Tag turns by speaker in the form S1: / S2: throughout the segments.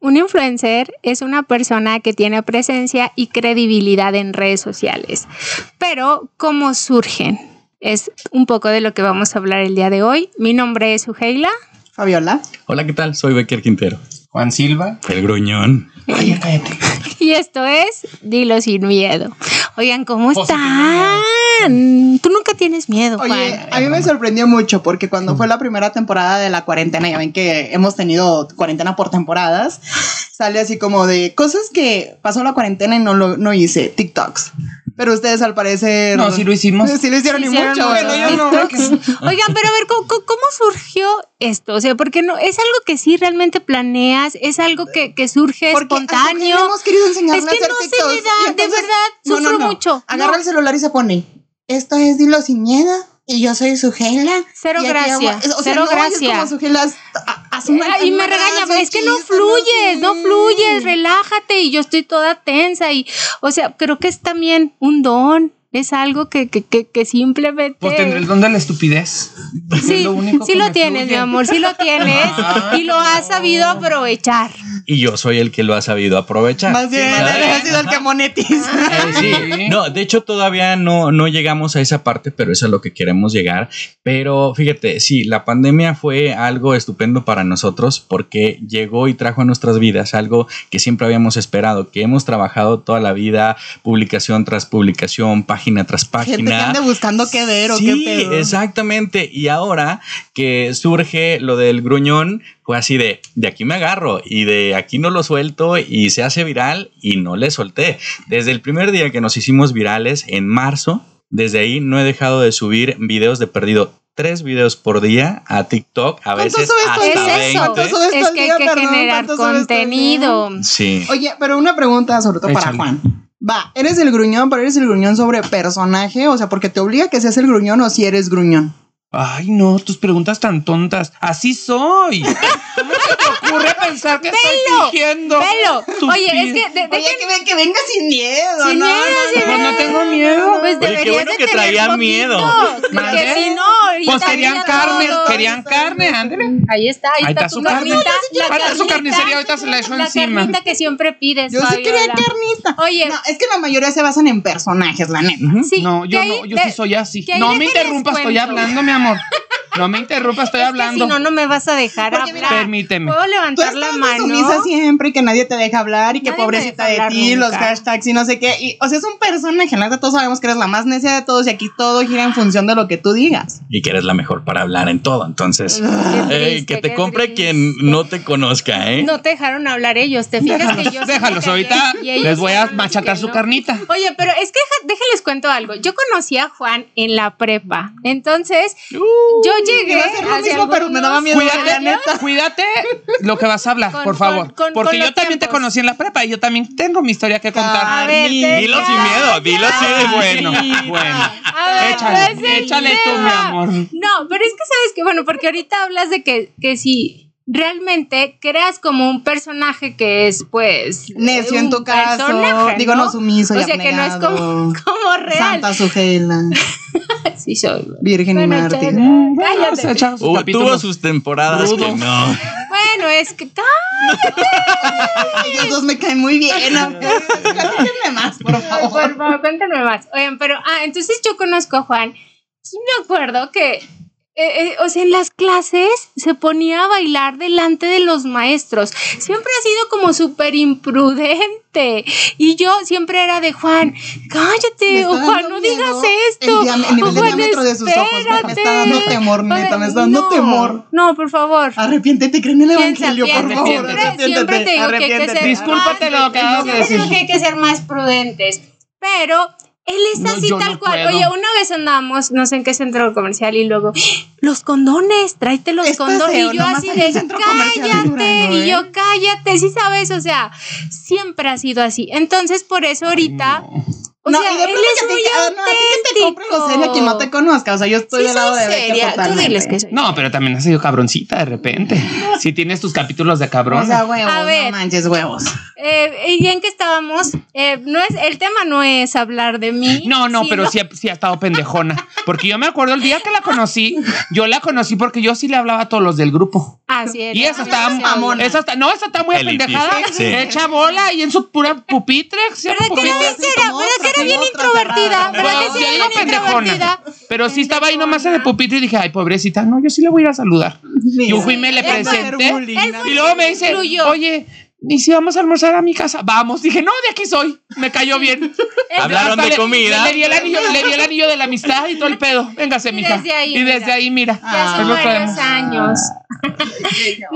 S1: Un influencer es una persona que tiene presencia y credibilidad en redes sociales, pero ¿cómo surgen? Es un poco de lo que vamos a hablar el día de hoy. Mi nombre es Ugeila.
S2: Fabiola.
S3: Hola, ¿qué tal? Soy Becker Quintero.
S4: Juan Silva.
S3: El gruñón.
S4: Oye, cállate.
S1: Y esto es Dilo sin miedo. Oigan,
S2: Oh,
S1: ¿cómo están? Tú nunca tienes miedo, Juan.
S2: Oye, a mí me sorprendió mucho porque cuando fue la primera temporada de la cuarentena, ya ven que hemos tenido cuarentena por temporadas, sale así como de cosas que pasó la cuarentena y no lo no hice, TikToks. Pero ustedes al parecer...
S4: No, sí lo hicimos.
S2: Sí lo hicieron y
S1: Hicieron
S2: mucho.
S1: los
S2: Bueno, yo no.
S1: TikToks. Oigan, pero a ver, ¿cómo, cómo- cómo surgió esto? O sea, porque no, es algo que sí realmente planeas, es algo que, que surge
S2: Porque
S1: espontáneo.
S2: no hemos querido enseñarle
S1: Es que
S2: a hacer
S1: no se
S2: TikToks.
S1: me da,
S2: Y
S1: de verdad, sufro mucho.
S2: Agarra
S1: No.
S2: el celular y se pone, esto es Dilo Sin Miedo y yo soy su gela.
S1: Cero gracia, cero gracia. Ah, Y me regaña, es que no fluyes, no fluyes, relájate y yo estoy toda tensa y, o sea, creo que es también un don, es algo que, que, que, que simplemente...
S4: Pues tendré el don de la estupidez. Es
S1: Sí,
S4: lo único
S1: sí
S4: que
S1: lo
S4: me
S1: tienes,
S4: fluye. Ah.
S1: mi amor, sí lo tienes y lo has sabido aprovechar.
S3: Y yo soy el que lo ha sabido aprovechar.
S2: Más bien, ha sido el que monetiza.
S3: Eh, sí. No, de hecho todavía no, no llegamos a esa parte, pero es a lo que queremos llegar. Pero fíjate, sí, la pandemia fue algo estupendo para nosotros porque llegó y trajo a nuestras vidas algo que siempre habíamos esperado, que hemos trabajado toda la vida, publicación tras publicación, página tras
S2: Gente que
S3: página.
S2: ande buscando qué ver o
S3: sí,
S2: qué pedo.
S3: exactamente. Y ahora que surge lo del gruñón, fue así de, de aquí me agarro y de aquí no lo suelto y se hace viral y no le solté. Desde el primer día que nos hicimos virales, en marzo, desde ahí no he dejado de subir videos de perdido. Tres videos por día a TikTok, a
S2: ¿Cuánto
S3: veces
S2: subes tú al
S1: Es
S3: hasta
S2: día?
S3: 20.
S1: eso,
S2: ¿Cuánto subes
S1: es
S2: todo el
S1: que hay
S2: día,
S1: que
S2: perdón?
S1: generar
S2: ¿Cuánto subes todo el día?
S1: contenido.
S3: Sí.
S2: Oye, pero una pregunta sobre todo para
S4: Échale.
S2: Juan. Va, eres el gruñón, pero eres el gruñón sobre personaje, o sea, porque te obliga a que seas el gruñón o si eres gruñón.
S4: Ay, no, tus preguntas tan tontas. Así soy. ¿Cómo se te ocurre pensar que
S1: Velo,
S4: estoy fingiendo?
S1: Velo.
S4: Tus
S1: Oye, es
S4: pies.
S1: que de- de-
S2: Oye, que, ven- que venga sin miedo,
S1: sin
S2: ¿no?
S1: miedo, sin
S4: Pues no,
S1: miedo.
S4: no tengo miedo.
S1: Pues
S3: Oye, qué
S1: deberías
S3: bueno
S1: de
S3: que
S1: tener
S3: traía
S1: poquito,
S3: miedo.
S1: Porque
S4: ¿Mande?
S1: si no,
S4: Pues
S1: ahorita
S4: querían
S1: ya
S4: carne,
S1: todo.
S4: querían carne, ándale.
S1: Ahí está, ahí,
S4: Ahí
S1: está,
S4: está
S1: tu
S4: su carne.
S1: carnita. La
S4: Falta su
S1: carnita,
S4: carnicería, ahorita se la echo
S1: la
S4: encima.
S1: carnita que siempre pides.
S2: Yo sí
S1: Fabiola.
S2: quería carnita.
S1: Oye.
S2: No, es que la mayoría se basan en personajes, la neta.
S3: Ujú.
S1: Sí,
S4: No, yo
S1: que
S4: no,
S1: ahí
S4: yo
S1: te-
S4: sí soy así.
S1: que ahí
S4: No
S1: ya te
S4: me interrumpas, estoy
S1: descuento.
S4: hablando, mi amor. No me interrumpas, estoy
S1: Es que si
S4: hablando.
S1: no, no me vas a dejar
S2: Porque mira,
S1: hablar.
S4: Permíteme.
S1: ¿Puedo
S2: Tú
S1: levantar
S2: estás
S1: la
S2: de
S1: mano?
S2: sumisa siempre y que nadie te deja hablar y que
S1: Nadie me
S2: pobrecita
S1: deja
S2: de
S1: hablar
S2: ti, los
S1: nunca.
S2: hashtags y no sé qué. Y, o sea, es un personaje, la neta, todos sabemos que eres la más necia de todos y aquí todo gira en función de lo que tú digas.
S3: Y que eres la mejor para hablar en todo. Entonces,
S1: Qué
S3: eh,
S1: triste,
S3: que te
S1: qué
S3: compre
S1: triste.
S3: quien no te conozca, ¿eh?
S1: No te dejaron hablar ellos, te fijas que yo sí me
S4: Déjalos,
S1: callé
S4: ahorita
S1: y ellos
S4: les voy a
S1: fueron los
S4: machacar
S1: que
S4: su
S1: no.
S4: carnita.
S1: Oye, pero es que deja- déjenles cuento algo. Yo conocí a Juan en la prepa. Entonces, yo llegué.
S2: Iba a hacer lo
S1: hace
S2: mismo, pero me
S1: algunos
S2: daba miedo, la
S1: años.
S2: neta.
S4: Cuídate lo que vas a hablar,
S1: Con-
S4: por favor.
S1: con- con-
S4: porque
S1: con
S4: yo
S1: los
S4: también te
S1: tiempos.
S4: conocí en la prepa y yo también tengo mi historia que
S1: A
S4: contar.
S1: ver,
S2: Carnita.
S3: Dilo sin miedo, dilo así de bueno.
S4: bueno.
S1: A ver,
S4: Échale,
S1: Ah, no Pues es el
S4: échale tú,
S1: tema.
S4: mi amor.
S1: No, pero es que sabes que, bueno, porque ahorita hablas de que, que si realmente creas como un personaje que es, pues.
S2: Necio en
S1: un
S2: tu caso.
S1: personaje,
S2: Digo, no sumiso y
S1: O sea, que no es como,
S2: abnegado.
S1: como real.
S2: Santa Sujela,
S1: Sí, soy.
S2: Virgen
S1: Bueno,
S2: y Mártir.
S1: chévere.
S4: Mm,
S1: Cállate.
S4: se echaron sus
S3: Hubo-
S4: capítulos.
S3: Uh, tuvo sus temporadas
S4: Rudo.
S3: que no.
S1: Bueno, es que.
S2: Ellos dos me caen muy bien. aunque- Platíquenme más, por
S1: Ay,
S2: favor.
S1: por favor, cuéntame más. Oigan, pero, ah, entonces yo conozco a Juan. Sí me acuerdo que, eh, eh, o sea, en las clases se ponía a bailar delante de los maestros. Siempre ha sido como súper imprudente. Y yo siempre era de Juan,
S2: Me
S1: cállate,
S2: está
S1: o Juan,
S2: dando
S1: no
S2: miedo
S1: digas
S2: el
S1: esto.
S2: diam- el nivel
S1: o
S2: de
S1: Juan,
S2: diámetro de sus ojos, me- me está dando
S1: espérate".
S2: temor, neta, me está dando
S1: No,
S2: temor. Ah,
S1: No, por favor.
S2: Arrepiéntete, cree en el
S1: Piensa,
S2: evangelio, por
S1: piensa.
S2: favor.
S4: Siempre-
S2: arrepiéntete,
S1: siempre te digo que hay que
S2: arrepiéntete.
S1: ser-
S4: Discúlpate lo que acabas de
S1: Siempre
S4: decir.
S1: digo que hay que ser más prudentes, pero él es
S4: No,
S1: así
S4: yo
S1: tal
S4: no
S1: cual.
S4: puedo.
S1: Oye, una vez andábamos, no sé en qué centro comercial, y luego, los condones, tráete los
S2: Está
S1: condones.
S2: feo,
S1: y yo
S2: nomás
S1: así
S2: hay un
S1: de,
S2: centro comercial
S1: cállate,
S2: durando,
S1: y
S2: ¿eh?
S1: yo, cállate, sí sabes, o sea, siempre ha sido así. Entonces, por eso ahorita...
S4: No.
S1: O
S2: no,
S1: sea,
S2: y de
S1: él
S2: pronto
S1: es
S2: que a ti-
S1: muy
S2: ah, no, a ti que te compre lo serio que no te conozca. O sea, yo estoy
S1: Sí
S2: del lado
S1: soy
S2: de Beca
S1: seria. Tú
S2: totalmente.
S1: diles que soy.
S4: No, pero también has sido cabroncita de repente. Si tienes tus capítulos de cabrón.
S2: O sea, huevos,
S1: A ver.
S2: no manches, huevos.
S1: Eh, ¿Y en qué estábamos? Eh, no es, el tema no es hablar de mí.
S4: No, no, pero
S1: sino-
S4: sí, ha- sí ha estado pendejona. Porque yo me acuerdo el día que la conocí, yo la conocí porque yo sí le hablaba a todos los del grupo.
S1: Así era.
S4: Y esa está
S1: Sí,
S2: mamona.
S4: Esa está, no, esa está muy
S3: Elitista,
S4: apendejada.
S3: sí.
S4: Echa bola y en su pura pupitre. ¿sí?
S1: ¿Verdad que era bien,
S2: Porque-
S1: seria? ¿Verdad que era bien
S2: Como otra
S1: introvertida?
S2: cerrada.
S1: ¿Verdad que
S4: Bueno,
S1: sí
S4: yo
S1: era
S4: digo
S1: bien
S4: pendejona.
S1: introvertida?
S4: Pero sí estaba ahí
S1: Pendejona.
S4: nomás en el pupitre y dije, ay, pobrecita, no, yo sí le voy a ir a saludar. Yo fui y me le
S1: Es más,
S4: presenté.
S1: Es
S4: Y luego me dice,
S1: Incluyó.
S4: oye, ¿y si vamos a almorzar a mi casa? Vamos. Dije, no, de aquí soy. Me cayó bien.
S3: Hablaron
S4: Hasta
S3: de
S4: le-
S3: comida.
S4: Le, di el anillo, le di el anillo de la amistad y todo el pedo. Véngase,
S1: Y
S4: mija.
S1: desde ahí,
S4: y desde
S1: mira.
S4: ahí, mira.
S1: Ya
S2: Ah,
S1: son
S4: lo
S1: varios
S4: sabemos.
S1: años.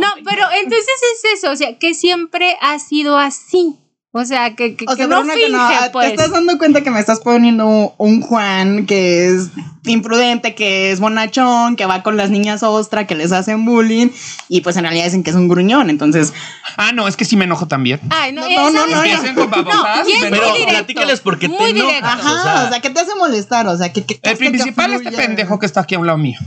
S1: No, pero entonces es eso, o sea, que siempre ha sido así. O sea, que, que,
S2: O sea,
S1: que no
S2: Bruna,
S1: finge,
S2: que no, ah,
S1: pues.
S2: te estás dando cuenta que me estás poniendo un Juan que es imprudente, que es bonachón, que va con las niñas ostra, que les hacen bullying y pues en realidad dicen que es un gruñón, entonces
S4: Ah, no, es que sí me enojo también.
S1: Ay, no,
S2: No,
S1: eh,
S2: no, no,
S1: ¿sabes
S2: no,
S1: qué?
S4: empiecen con babosadas
S1: No,
S4: y
S1: y es
S4: me
S1: muy
S3: Pero
S4: enojo.
S1: directo,
S3: platícales por qué
S1: muy
S3: te enojas.
S1: directo.
S2: ajá, o
S3: o
S2: sea,
S3: sea-
S2: ¿qué te hace molestar? O sea, que, que-
S4: El
S2: que- que
S4: principal es este
S2: fluya.
S4: pendejo que está aquí a un lado mío.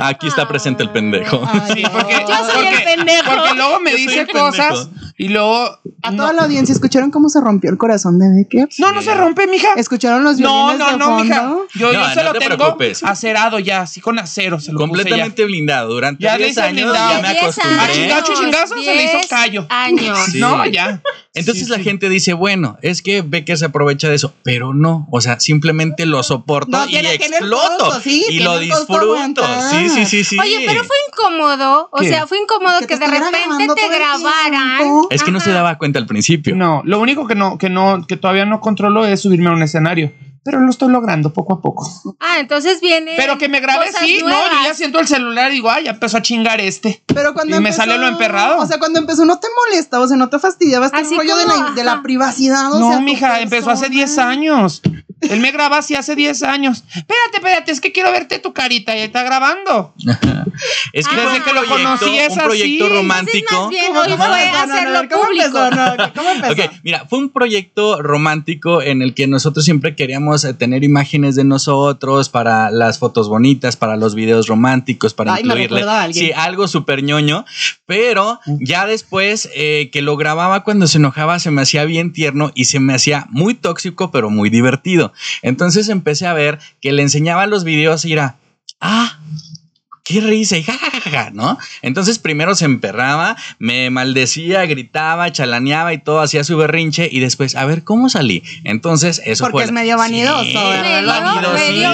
S3: Aquí está presente el pendejo.
S1: Ah,
S2: Ay,
S4: Sí, porque
S2: no.
S1: Yo soy el
S4: porque-
S1: pendejo.
S4: Porque luego me
S3: Yo soy
S4: dice
S3: el pendejo.
S4: cosas y luego.
S2: a
S4: no,
S2: toda la audiencia escucharon cómo se rompió el corazón de Becker.
S4: no, no se rompe, mija.
S2: Escucharon los
S4: No,
S2: violines
S4: no,
S2: de
S4: no,
S2: fondo.
S4: mija. Yo,
S3: No,
S4: yo
S3: no
S4: se lo
S3: te
S4: tengo
S3: preocupes.
S4: acerado ya, así con acero. Se lo puse
S3: Completamente blindado. Durante
S4: Ya le
S3: 10
S4: hice
S3: años
S4: blindado.
S3: ya me
S1: Diez Ah,
S4: A
S3: acostumbré.
S4: chingazo, chingazo, se le hizo
S1: diez
S4: callo.
S1: Años.
S4: ya.
S3: Sí.
S4: No, ya.
S3: Entonces
S4: Sí,
S3: la
S4: sí.
S3: gente dice, bueno, es que Becker se aprovecha de eso, pero no, o sea, simplemente lo soporto
S2: No,
S3: y
S2: tiene- tiene el
S3: exploto
S2: costo, sí,
S3: y
S2: tiene
S3: lo
S2: el costo
S3: disfruto.
S2: aguantar.
S3: Sí, sí, sí, sí.
S1: Oye, pero fue incómodo, o
S4: ¿Qué?
S1: sea, fue incómodo
S2: Que
S1: que,
S2: te
S1: de
S2: estuvieran grabando
S1: repente te
S2: todo el
S1: grabaran.
S2: tiempo.
S3: Es que no se
S1: Ajá.
S3: daba cuenta al principio.
S4: No, lo único que no, que no, que todavía no controlo es subirme a un escenario. Pero lo estoy logrando poco a poco.
S1: Ah, entonces viene.
S4: Pero que me grabé,
S1: cosas
S4: sí, no, yo ya
S1: nuevas.
S4: siento el celular y digo, ay, ya empezó a chingar este.
S2: Pero cuando
S4: Y me sale lo emperrado.
S2: O sea, cuando empezó no te molestaba, o sea, no te fastidiaba este
S1: Así
S2: rollo de
S1: como,
S2: la, de la
S1: ajá.
S2: privacidad. o
S4: No,
S2: sea, tu
S4: mija, empezó hace
S2: persona.
S4: 10 años. Él me graba así hace 10 años. Espérate, espérate, es que quiero verte tu carita y ahí está grabando.
S3: Es que
S1: Ah.
S3: fue
S1: Desde
S3: un
S1: que lo
S3: proyecto-
S4: conocí es
S3: un proyecto
S4: así.
S1: Entonces,
S3: romántico.
S1: más bien,
S2: ¿Cómo-
S1: hoy
S2: cómo
S1: fue
S2: empezó? No, no,
S1: hacerlo
S2: no, ¿cómo
S1: público.
S2: empezó? No, ¿Cómo empezó?
S3: Ok, mira, fue un proyecto romántico en el que nosotros siempre queríamos eh, tener imágenes de nosotros para las fotos bonitas, para los videos románticos, para
S2: Ay, me
S3: incluirle.
S2: recuerda a alguien. Mm.
S3: Sí, algo súper ñoño, pero ya después eh, que lo grababa cuando se enojaba se me hacía bien tierno y se me hacía muy tóxico, pero muy divertido. Entonces empecé a ver que le enseñaba los videos y era, ah, qué risa y jajajaja, ¿no? Entonces primero se emperraba, me maldecía, gritaba, chalaneaba y todo, hacía su berrinche y después, a ver, ¿cómo salí? Entonces eso
S2: Porque
S3: fue...
S2: es medio vanidoso, ¿verdad?
S1: Medio, medio,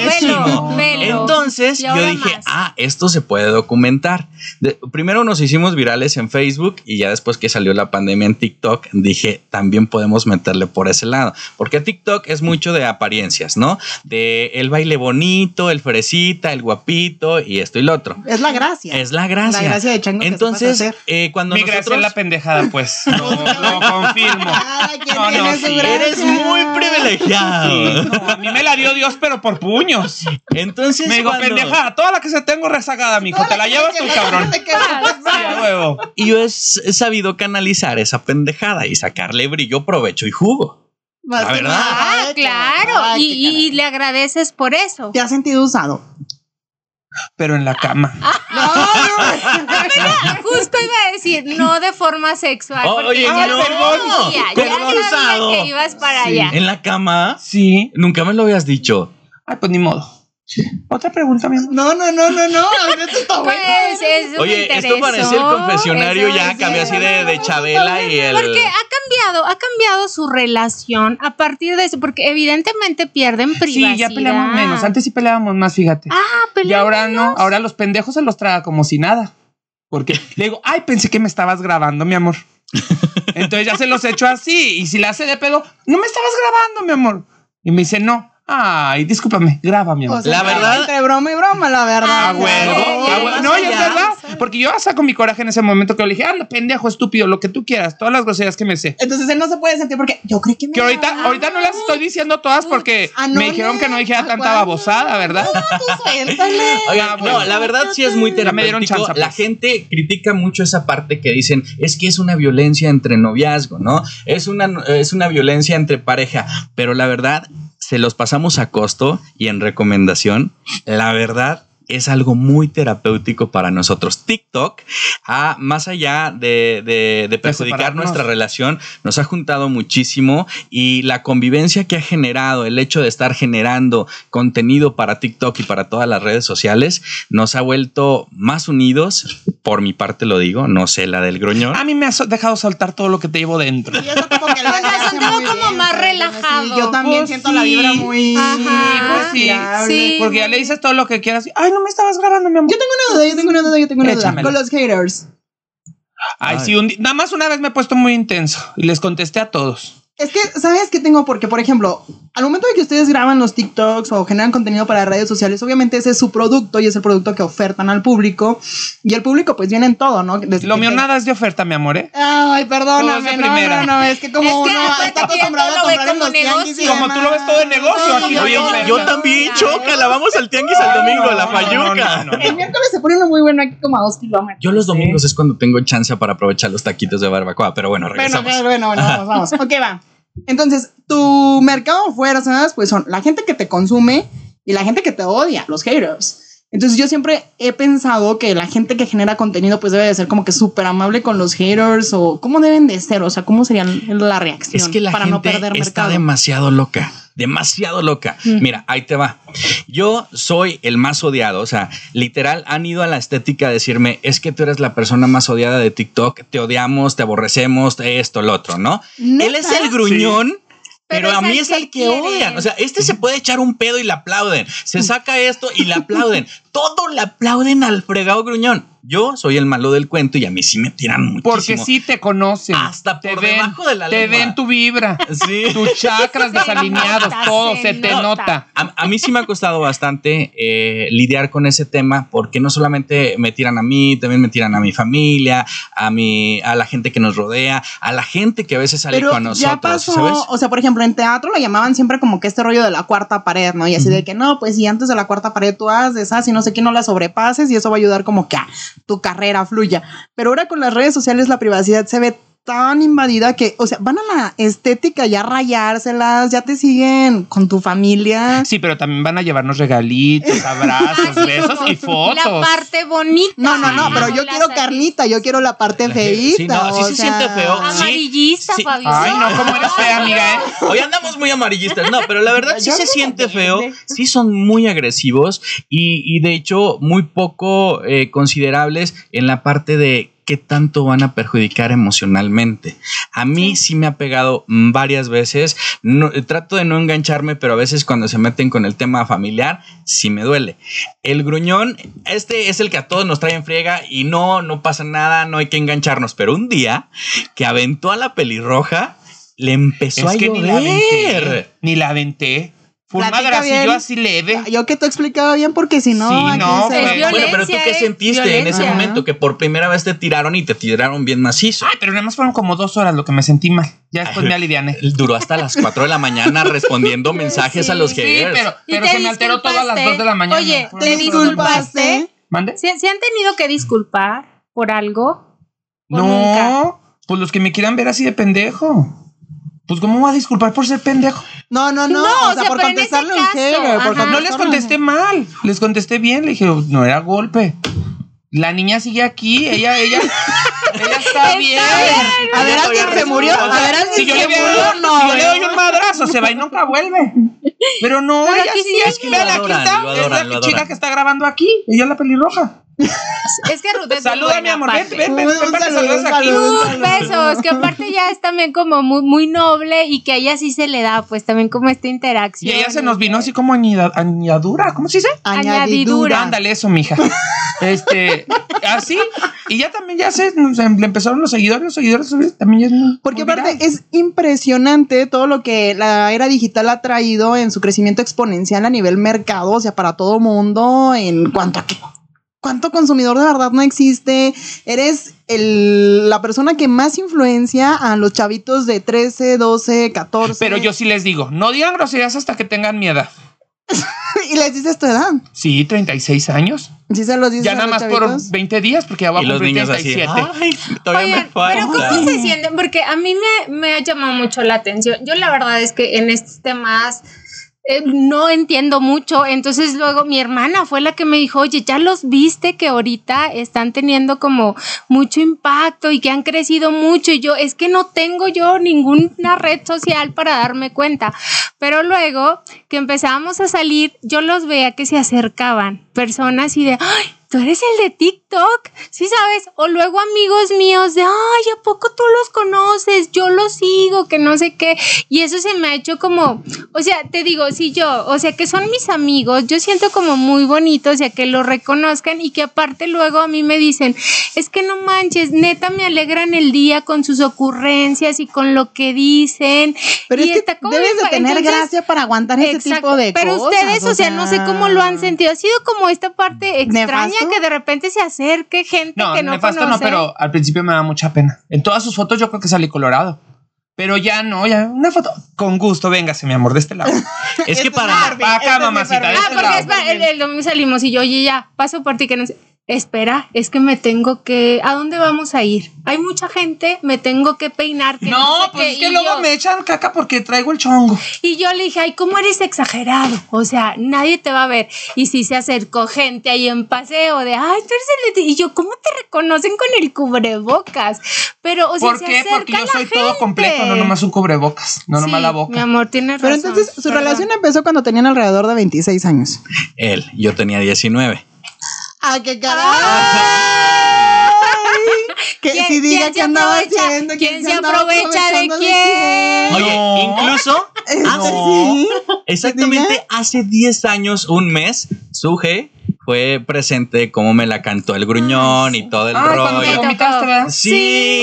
S1: velo,
S3: vanidosísimo.
S1: velo.
S3: Entonces
S1: Y
S3: yo
S1: ahora
S3: dije,
S1: más.
S3: ah, esto se puede documentar. De- primero nos hicimos virales en Facebook y ya después que salió la pandemia en TikTok, dije, también podemos meterle por ese lado. Porque TikTok es mucho de apariencias, ¿no? De el baile bonito, el fresita, el guapito y esto y lo otro.
S2: Es la gracia.
S3: Es la gracia.
S2: La gracia de chango que se
S3: Entonces,
S2: puede hacer.
S3: eh, cuando
S4: Mi gracia
S3: nosotros...
S4: es la pendejada, pues. No, lo confirmo.
S2: Cada quien
S4: No, no,
S2: tiene su
S4: sí,
S2: gracia.
S3: Eres muy privilegiado.
S4: No, a mí me la dio Dios, pero por puños.
S3: Entonces,
S4: Me digo,
S3: cuando-
S4: pendejada, toda la que se tengo rezagada, mijo. Te la llevas tú, cabrón.
S2: Te quedas-
S4: Sí, a huevo.
S3: Y yo he s- he sabido canalizar esa pendejada y sacarle brillo, provecho y jugo.
S2: Más
S3: La
S2: que
S3: verdad.
S2: nada,
S1: Ah,
S2: hecho.
S1: claro.
S2: Ay,
S1: Y,
S2: qué
S1: y- y le agradeces por eso.
S2: caray. Te has sentido usado.
S4: Pero en la cama.
S1: Mira, justo iba a decir, no de forma sexual.
S3: O-
S1: porque
S3: Oh, oye,
S1: ya
S4: no,
S1: sabía, ya
S3: ¿cómo
S1: sabía
S3: usado?
S1: que ibas para
S4: Sí.
S1: allá.
S3: En la cama,
S4: Sí.
S3: nunca me lo habías dicho.
S4: Ay, pues ni modo. Otra pregunta, mi amor.
S2: No, no, no, no, no. Esto está bueno.
S1: Pues, eso me
S3: Oye, esto
S1: interesó,
S3: parece el confesionario
S1: eso me
S3: ya, cambió así de, de Chabela y el.
S1: Porque ha cambiado, ha cambiado su relación a partir de eso, porque evidentemente pierden privacidad.
S4: Sí, ya peleamos menos. Antes sí peleábamos más, fíjate.
S1: Ah,
S4: y
S1: peleamos.
S4: ahora no. Ahora los pendejos se los traga como si nada. Porque le digo, ay, pensé que me estabas grabando, mi amor. Entonces ya se los echo así. Y si la hace de pedo, no me estabas grabando, mi amor. Y me dice, no. Ay, discúlpame, graba, mi amor.
S2: O sea,
S3: La verdad-
S2: Entre broma y broma, la verdad.
S1: Ah,
S4: A huevo,
S1: sí,
S4: a
S1: sí,
S4: huevo.
S1: sí,
S4: No,
S1: sí,
S4: y es
S1: ya.
S4: verdad. Porque yo saco mi coraje en ese momento que le dije, anda, pendejo, estúpido, lo que tú quieras, todas las groserías que me sé.
S2: Entonces él no se puede sentir porque yo creo que me.
S4: Que ahorita, ahorita no las estoy diciendo todas porque
S2: Ah, no,
S4: me dijeron que no dijera
S2: ¿a
S4: tanta
S2: cuándo?
S4: babosada, ¿verdad?
S2: Ah, tú suéltale.
S3: Oigan,
S4: Ah, bueno.
S3: no, la verdad sí es muy
S4: Ya me dieron
S3: terapéutico.
S4: chance, pues.
S3: la gente critica mucho esa parte que dicen, es que es una violencia entre noviazgo, ¿no? Es una, es una violencia entre pareja, pero la verdad se los pasamos a costo y en recomendación, la verdad es algo muy terapéutico para nosotros. TikTok, ah, más allá de, de- de perjudicar
S4: separarnos.
S3: nuestra relación, nos ha juntado muchísimo y la convivencia que ha generado, el hecho de estar generando contenido para TikTok y para todas las redes sociales, nos ha vuelto más unidos, por mi parte lo digo, no sé, la del gruñón.
S4: A mí me has dejado soltar todo lo que te llevo dentro.
S2: Y eso como que lo
S1: Con razón
S2: hace
S1: te veo
S2: muy
S1: como
S2: bien,
S1: más
S2: o sea,
S1: relajado.
S2: sí, yo también
S4: Pues
S2: siento la
S4: sí.
S2: vibra muy.
S1: Ajá.
S4: Pues sí,
S2: admirable.
S1: sí.
S4: Porque ya le dices todo lo que quieras. y, Ay, no me estabas grabando, mi amor.
S2: Yo tengo una duda, yo tengo una duda, yo tengo una duda.
S4: Échamela.
S2: Con los haters.
S4: Ay,
S3: Ay.
S4: sí, un di- nada más una vez me he puesto muy intenso y les contesté a todos.
S2: Es que, ¿sabes qué tengo? Porque, por ejemplo, al momento de que ustedes graban los TikToks o generan contenido para redes sociales, obviamente ese es su producto y es el producto que ofertan al público. Y el público, pues, viene en todo, ¿no? Desde
S4: Lo
S2: que
S4: mío
S2: te-
S4: nada es de oferta, mi amor, ¿eh?
S2: Ay,
S4: Todo es
S2: perdóname.
S4: de
S2: No,
S4: primera.
S2: no, no, es que como
S1: Es que
S2: uno
S1: acuérdate
S2: está
S1: que
S2: acostumbrado
S1: todo
S2: a
S1: lo ve
S2: comprar en
S1: como
S2: los tianguis y
S1: negocio.
S4: Como tú lo ves todo de negocio, aquí no hay
S1: Oye,
S4: oferta.
S1: yo también, chócala,
S3: vamos al tianguis el
S4: domingo, la fayuca.
S2: El miércoles se pone uno muy bueno aquí como a dos kilómetros.
S3: Yo los domingos es cuando tengo chance para aprovechar los taquitos de barbacoa, pero bueno,
S2: Bueno,
S3: regresamos.
S2: bueno, bueno, bueno, vamos, vamos. Ok, va. Entonces, tu mercado de fuerzas, pues son la gente que te consume y la gente que te odia, los haters. Entonces, yo siempre he pensado que la gente que genera contenido, pues debe de ser como que súper amable con los haters o cómo deben de ser, o sea, cómo sería la reacción
S3: Es que la
S2: para
S3: gente
S2: no perder
S3: está
S2: mercado.
S3: demasiado loca, demasiado loca. Mira, ahí te va. Yo soy el más odiado, o sea, literal han ido a la estética a decirme, es que tú eres la persona más odiada de TikTok, te odiamos, te aborrecemos, esto, lo otro, ¿no?
S2: ¿Neta?
S3: Él es el gruñón. Pero,
S1: Pero es
S3: a mí
S1: al
S3: es
S1: que
S3: el que
S1: quieren.
S3: odian. O sea, este se puede echar un pedo y le aplauden. Se saca esto y le aplauden. Todo le aplauden al fregado gruñón. Yo soy el malo del cuento y a mí sí me tiran muchísimo.
S4: Porque sí te conocen.
S3: Hasta
S4: te
S3: por
S4: ven,
S3: debajo de la
S4: Te
S3: lengua.
S4: ven tu vibra,
S3: Sí.
S4: tus chakras
S1: Se
S4: desalineados,
S1: nota,
S4: todo
S1: se
S4: se te
S1: nota.
S4: nota.
S3: A, a mí sí me ha costado bastante eh, lidiar con ese tema porque no solamente me tiran a mí, también me tiran a mi familia, a mi, a la gente que nos rodea, a la gente que a veces sale
S2: Pero
S3: con nosotros,
S2: ya pasó,
S3: ¿sabes?
S2: o sea, por ejemplo, en teatro lo llamaban siempre como que este rollo de la cuarta pared, ¿no? Y así de que no, pues si antes de la cuarta pared tú haces, ah, si no sé qué, no la sobrepases y eso va a ayudar como que a tu carrera fluya. Pero ahora con las redes sociales la privacidad se ve tan invadida que, o sea, van a la estética ya a rayárselas, ya te siguen con tu familia.
S4: Sí, pero también van a llevarnos regalitos, abrazos, besos y
S1: La
S4: fotos.
S1: parte bonita.
S2: No, no, no,
S1: Ah,
S2: pero yo
S1: la
S2: quiero
S1: satis-
S2: carnita, yo quiero la parte
S3: La gente-
S2: feíta.
S3: sí, no, sí
S2: o
S3: se
S2: sea.
S3: siente feo. Sí,
S1: Amarillista,
S3: sí.
S1: Fabio.
S4: Ay, no, cómo eres fea, amiga, ¿eh?
S3: Hoy andamos muy amarillistas, no, pero la verdad sí
S2: Yo
S3: se
S2: no
S3: siente
S2: la
S3: feo,
S2: entiendo.
S3: sí son muy agresivos y, y de hecho muy poco eh, considerables en la parte de qué tanto van a perjudicar emocionalmente. A mí sí, me ha pegado mm, varias veces, no, eh, trato de no engancharme, pero a veces cuando se meten con el tema familiar, sí me duele. El gruñón, este es el que a todos nos trae en friega y no, no pasa nada, no hay que engancharnos, pero un día que aventó a la pelirroja, le empezó a
S4: Es que ni la aventé. ¿eh?
S3: llover.
S4: Ni la aventé. Fue un
S2: Platica
S4: madracillo
S2: bien.
S4: así leve.
S2: Yo que te explicaba bien porque si no...
S4: Sí,
S2: aquí
S4: no,
S2: se-
S4: pues,
S1: Es
S3: Bueno, pero tú
S1: Violencia,
S3: qué
S1: ¿eh?
S3: sentiste en ese
S1: Violencia.
S3: momento que por primera vez te tiraron y te tiraron bien macizo.
S4: Ay, Ah, pero nada más fueron como dos horas lo que me sentí mal. Ya después me aliviané.
S3: Duró hasta las 4 de la mañana respondiendo mensajes
S1: Sí,
S3: a los
S4: Sí,
S3: haters.
S4: pero,
S1: Y
S4: pero
S1: te
S4: se me alteró todo a las
S1: disculpaste.
S4: dos de la mañana.
S1: Oye,
S4: Fueron
S2: ¿Te
S4: dos horas de la mañana.
S2: disculpaste?
S4: ¿Mande?
S1: ¿Se, se han tenido que disculpar por algo? ¿O nunca?
S4: No, pues los que me quieran ver así de pendejo. Pues, ¿cómo me voy a disculpar por ser pendejo?
S2: No, no, no.
S1: No,
S2: o
S1: o
S2: sea,
S1: sea,
S2: por
S1: pero en ese
S2: contestarle un
S1: caso,
S2: hater. por
S1: ajá.
S4: No les
S2: contestarle-
S4: contesté mal, les contesté bien, le dije, no era golpe. La niña sigue aquí, ella, ella, ella está bien.
S2: A ver, alguien se murió.
S4: O sea,
S2: A ver, alguien
S4: si yo
S2: se
S4: le veo-
S2: murió.
S4: si
S2: No.
S4: yo le doy un madrazo, se va y nunca vuelve. Pero no,
S1: Pero
S4: ella
S1: aquí
S4: sigue
S1: sigue.
S4: aquí. Vean,
S3: Lo
S4: aquí
S3: adoran,
S4: está.
S3: lo
S4: Es
S3: adoran, lo
S4: la chica
S3: adoran.
S4: que está grabando aquí. Ella es la pelirroja.
S1: Es que Ruth es muy
S4: Saluda,
S1: buena,
S4: mi amor. Ven,
S1: aparte.
S4: ven, ven,
S2: Un-
S4: ven
S2: un
S4: para que
S2: saludo,
S4: saludes
S2: un
S4: aquí.
S2: saludo.
S1: Tus besos, que aparte ya es también como muy, muy noble y que a ella sí se le da, pues también como esta
S4: Y
S1: interacción.
S4: ella se nos vino así como añida- añadidura. ¿Cómo se dice?
S1: Añadidura.
S4: Ándale eso, mija. Este, así. Y ya también ya se, se- le empezaron los seguidores, los seguidores ¿sabes? también ya es muy-
S2: Porque
S4: muy
S2: aparte
S4: viral.
S2: es impresionante todo lo que la era digital ha traído en su crecimiento exponencial a nivel mercado, o sea, para todo mundo, en cuanto a que cuánto consumidor de verdad no existe. Eres el- la persona que más influencia a los chavitos de 13, 12, 14.
S4: Pero yo sí les digo, no digan groserías hasta que tengan mi edad.
S2: y les dices tu edad.
S4: Sí, 36 años.
S2: Sí se los dices
S4: Ya
S2: a
S4: nada
S2: los
S4: más
S2: chavitos.
S4: por 20 días, porque ya va a
S3: Y los
S4: cumplir
S3: niños así.
S4: 37.
S3: Ay, todavía
S1: Oigan,
S3: me
S1: pero
S3: falta.
S1: ¿cómo se sienten? Porque a mí me, me ha llamado mucho la atención. Yo la verdad es que en estos temas eh, no entiendo mucho. Entonces luego mi hermana fue la que me dijo, oye, ya los viste que ahorita están teniendo como mucho impacto y que han crecido mucho. Y yo, es que no tengo yo ninguna red social para darme cuenta. Pero luego que empezábamos a salir, yo los veía que se acercaban personas y de, ay, tú eres el de TikTok, sí sabes, o luego amigos míos de, ay, ¿a poco tú los conoces? Yo los sigo, que no sé qué, y eso se me ha hecho como, o sea, te digo, si yo, o sea, que son mis amigos, yo siento como muy bonito, o sea, que lo reconozcan y que aparte luego a mí me dicen, es que no manches, neta me alegran el día con sus ocurrencias y con lo que dicen.
S2: Pero
S1: y
S2: es que
S1: está como
S2: debes
S1: bien
S2: de
S1: fa-
S2: tener
S1: entonces-
S2: gracia para aguantar ese tipo de
S1: pero
S2: cosas.
S1: ustedes, o sea, no sé cómo lo han sentido. Ha sido como esta parte extraña
S2: ¿Nefasto?
S1: que de repente se acerque gente
S4: No,
S1: que no
S4: nefasto
S1: conoce.
S4: no, pero al principio me da mucha pena. En todas sus fotos yo creo que salí colorado. Pero ya no, ya una foto. Con gusto, véngase, mi amor, de este lado.
S3: Es que
S2: Este
S3: para.
S2: Barbie,
S4: Para acá,
S2: este es mi
S4: mamacita,
S2: Barbie.
S4: este
S1: Ah,
S4: es
S1: porque
S4: la-
S1: espera, el, el domingo salimos y yo, oye, ya, paso por ti que no sé. Espera, es que me tengo que. ¿A dónde vamos a ir? Hay mucha gente, me tengo que peinar. que
S4: No,
S1: sé
S4: pues
S1: qué,
S4: es
S1: y
S4: que luego
S1: yo-
S4: me echan caca porque traigo el chongo.
S1: Y yo le dije, ay, ¿cómo eres exagerado? O sea, nadie te va a ver. Y si se acercó gente ahí en paseo de, ay, tú eres el... de ti". Y yo, ¿cómo te reconocen con el cubrebocas? Pero, o sea,
S4: ¿Por
S1: se
S4: qué?
S1: acerca
S4: Porque yo
S1: la
S4: soy todo
S1: gente.
S4: completo, no nomás un cubrebocas, no nomás
S1: Sí,
S4: la
S1: Mi
S4: boca.
S1: amor, tienes
S2: Pero
S1: razón.
S2: entonces su
S1: Perdón.
S2: relación empezó cuando tenían alrededor de 26 años.
S3: Él, yo tenía 19.
S2: ¡Ah, qué Que
S1: ¿Quién-
S2: si diga
S1: quién se
S2: que andaba
S1: aprovecha?
S2: haciendo,
S1: ¿Quién se
S2: andaba
S1: aprovecha de
S2: aprovechando
S1: quién?
S3: Oye,
S4: No.
S3: incluso
S2: Ah,
S3: hace-
S2: sí.
S3: exactamente hace 10 años, un mes, Suje fue presente como me la cantó el gruñón y todo el
S4: Ah, cuando te
S3: rollo.
S4: vomitaste, ¿verdad?
S3: Sí.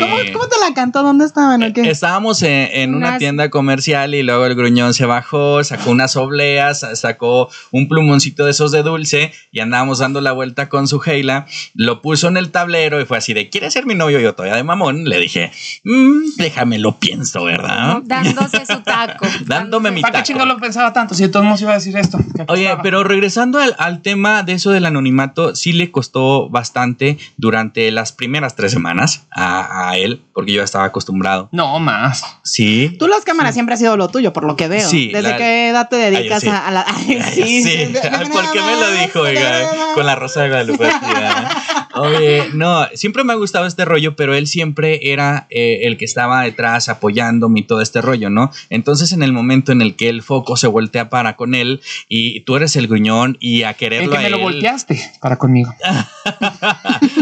S2: ¿Cómo, cómo te la cantó? ¿Dónde estaban o qué?
S3: Estábamos en, en una
S1: Unas-
S3: tienda comercial y luego el gruñón se bajó, sacó unas obleas, sacó un plumoncito de esos de dulce y andábamos dando la vuelta con su Heila. Lo puso en el tablero y fue así de, ¿quieres ser mi novio? Yo todavía de mamón le dije, "Mm, déjame lo pienso,
S4: ¿Ah?
S3: ¿verdad?
S1: Dándose su taco.
S3: Dándome mi-
S4: ¿Para qué
S3: taco.
S4: chingo lo pensaba tanto? Si de todos modos iba a decir esto. que
S3: Oye,
S4: acostaba.
S3: pero regresando al, al tema de eso del anonimato, sí le costó bastante durante las primeras tres semanas a, a él, porque yo ya estaba acostumbrado.
S4: No más.
S3: Sí.
S2: Tú las cámaras siempre ha sido lo tuyo, por lo que veo.
S3: Sí,
S2: ¿Desde
S3: la-
S2: qué edad te dedicas
S3: sí.
S2: a, a la... Ay,
S3: Ay, sí.
S2: ve- ve
S3: Ay,
S2: nada
S3: ¿Por qué me lo
S2: más,
S3: dijo,
S2: ve
S3: oiga?
S2: nada más.
S3: Con la rosa de Guadalupe. ¿verdad? Oye, no, siempre me ha gustado este rollo, pero él siempre era eh, el que estaba detrás apoyándome y todo este rollo, ¿no? Entonces, en el momento en el que el foco se voltea para con él y tú eres el gruñón y a
S4: El
S3: quererlo
S4: que
S3: a
S4: me lo
S3: él-
S4: volteaste para conmigo.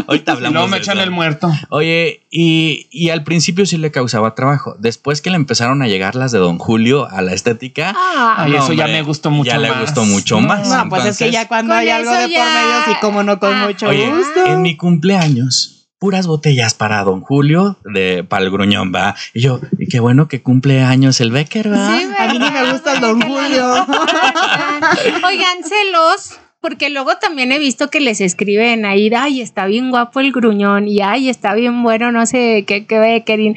S3: Ahorita
S4: Y
S3: hablamos.
S4: luego me
S3: de
S4: echan
S3: eso.
S4: el muerto.
S3: Oye, y, y al principio sí le causaba trabajo. Después que le empezaron a llegar las de Don Julio a la estética,
S1: Ah,
S4: Ay,
S3: No,
S4: eso ya
S3: hombre,
S4: me gustó mucho
S3: ya
S4: más.
S3: le gustó mucho
S4: No.
S3: más.
S2: No, pues es que
S3: Entonces-
S2: ya cuando
S1: Con
S2: hay algo
S1: eso
S2: de por
S1: ya-
S2: medio, sí, como no, con
S1: Ah.
S2: mucho
S3: Oye,
S2: gusto.
S3: en mi cumpleaños, puras botellas para don Julio, de para el gruñón, va. Y yo, y qué bueno que cumple años el Becker, va.
S1: Sí,
S2: A mí ni me
S1: ¿verdad?
S2: gusta el Don
S1: Qué raro.
S2: Julio.
S1: Oigan, celos, porque luego también he visto que les escriben ahí, ay, está bien guapo el gruñón, y ay, está bien bueno, no sé qué, qué Beckerin.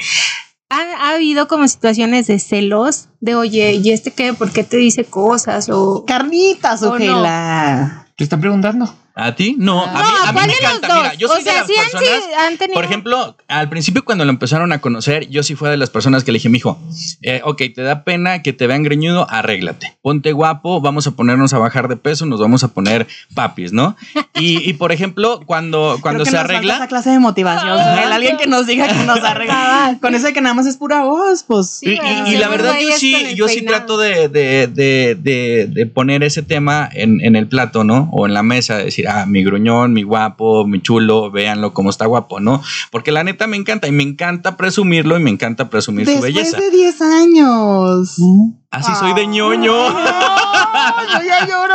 S1: Ha, ha habido como situaciones de celos, de oye, ¿y este qué? ¿Por qué te dice cosas? O.
S2: Carnitas,
S1: ¿O no?
S2: Ujela.
S4: ¿Te están preguntando?
S3: ¿A ti? No, a
S1: No,
S3: mí, a mí
S1: ¿cuál
S3: me
S1: de los
S3: encanta.
S1: dos?
S3: Mira, yo
S1: o
S3: soy de
S1: sea,
S3: las
S1: sí han, sí
S3: personas.
S1: han tenido.
S3: Por ejemplo, al principio cuando lo empezaron a conocer, yo sí fue de las personas que le dije, mijo, eh, ok, te da pena que te vean greñudo, arréglate. Ponte guapo, vamos a ponernos a bajar de peso, nos vamos a poner papis, ¿no? Y, y, por ejemplo, cuando, cuando
S2: Creo que
S3: se
S2: nos falta
S3: arregla...
S2: Esa clase de motivación.
S1: Ah.
S2: Ujela, alguien que nos diga que nos arregla. Con eso de que nada más es pura voz, pues.
S1: Sí,
S3: y, y-
S1: ¿verdad?
S3: y la
S1: Sí,
S3: verdad
S1: güey,
S3: yo
S1: es
S3: sí,
S1: con el
S3: yo sí
S1: peinado.
S3: trato de, de- de- de- de poner ese tema en, en el plato, ¿no? O en la mesa, de decir, ah, mi gruñón, mi guapo, mi chulo, véanlo cómo está guapo, ¿no? Porque la neta me encanta y me encanta presumirlo y me encanta presumir su
S2: Después
S3: belleza.
S2: de 10 años.
S3: Así soy de ñoño.
S2: Ay, yo ya lloro.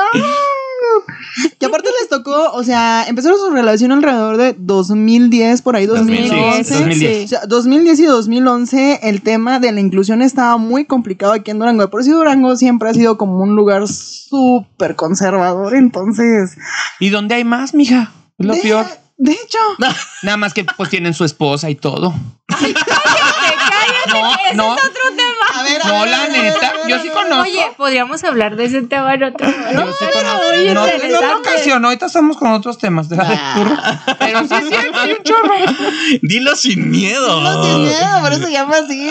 S2: Que aparte les tocó, o sea, empezaron su relación alrededor de 2010, por ahí
S3: 2010,
S2: 2011.
S4: 2010.
S2: O sea, 2010 y 2011 el tema de la inclusión estaba muy complicado aquí en Durango. Por eso Durango siempre ha sido como un lugar súper conservador, entonces...
S4: ¿Y dónde hay más, mija? Es lo
S2: de-
S4: peor.
S2: De hecho,
S4: Nada más que pues tienen su esposa y todo.
S1: Cállate, cállate,
S4: No,
S1: ese
S4: no.
S1: es otro tema.
S2: a ver... a
S4: No,
S2: ver,
S4: la
S2: a ver, a ver,
S4: neta,
S2: a ver,
S4: yo
S2: a
S4: sí
S2: ver.
S4: conozco.
S1: Oye, podríamos hablar de ese tema en otro
S4: Yo sí conozco.
S1: muy
S4: No, en otra
S1: interesante.
S4: ocasión, ahorita estamos con otros temas. de la lectura.
S2: Ah,
S4: Pero sí es cierto, hay un chorro.
S3: Dilo sin miedo.
S2: No tiene miedo, por eso se llama así.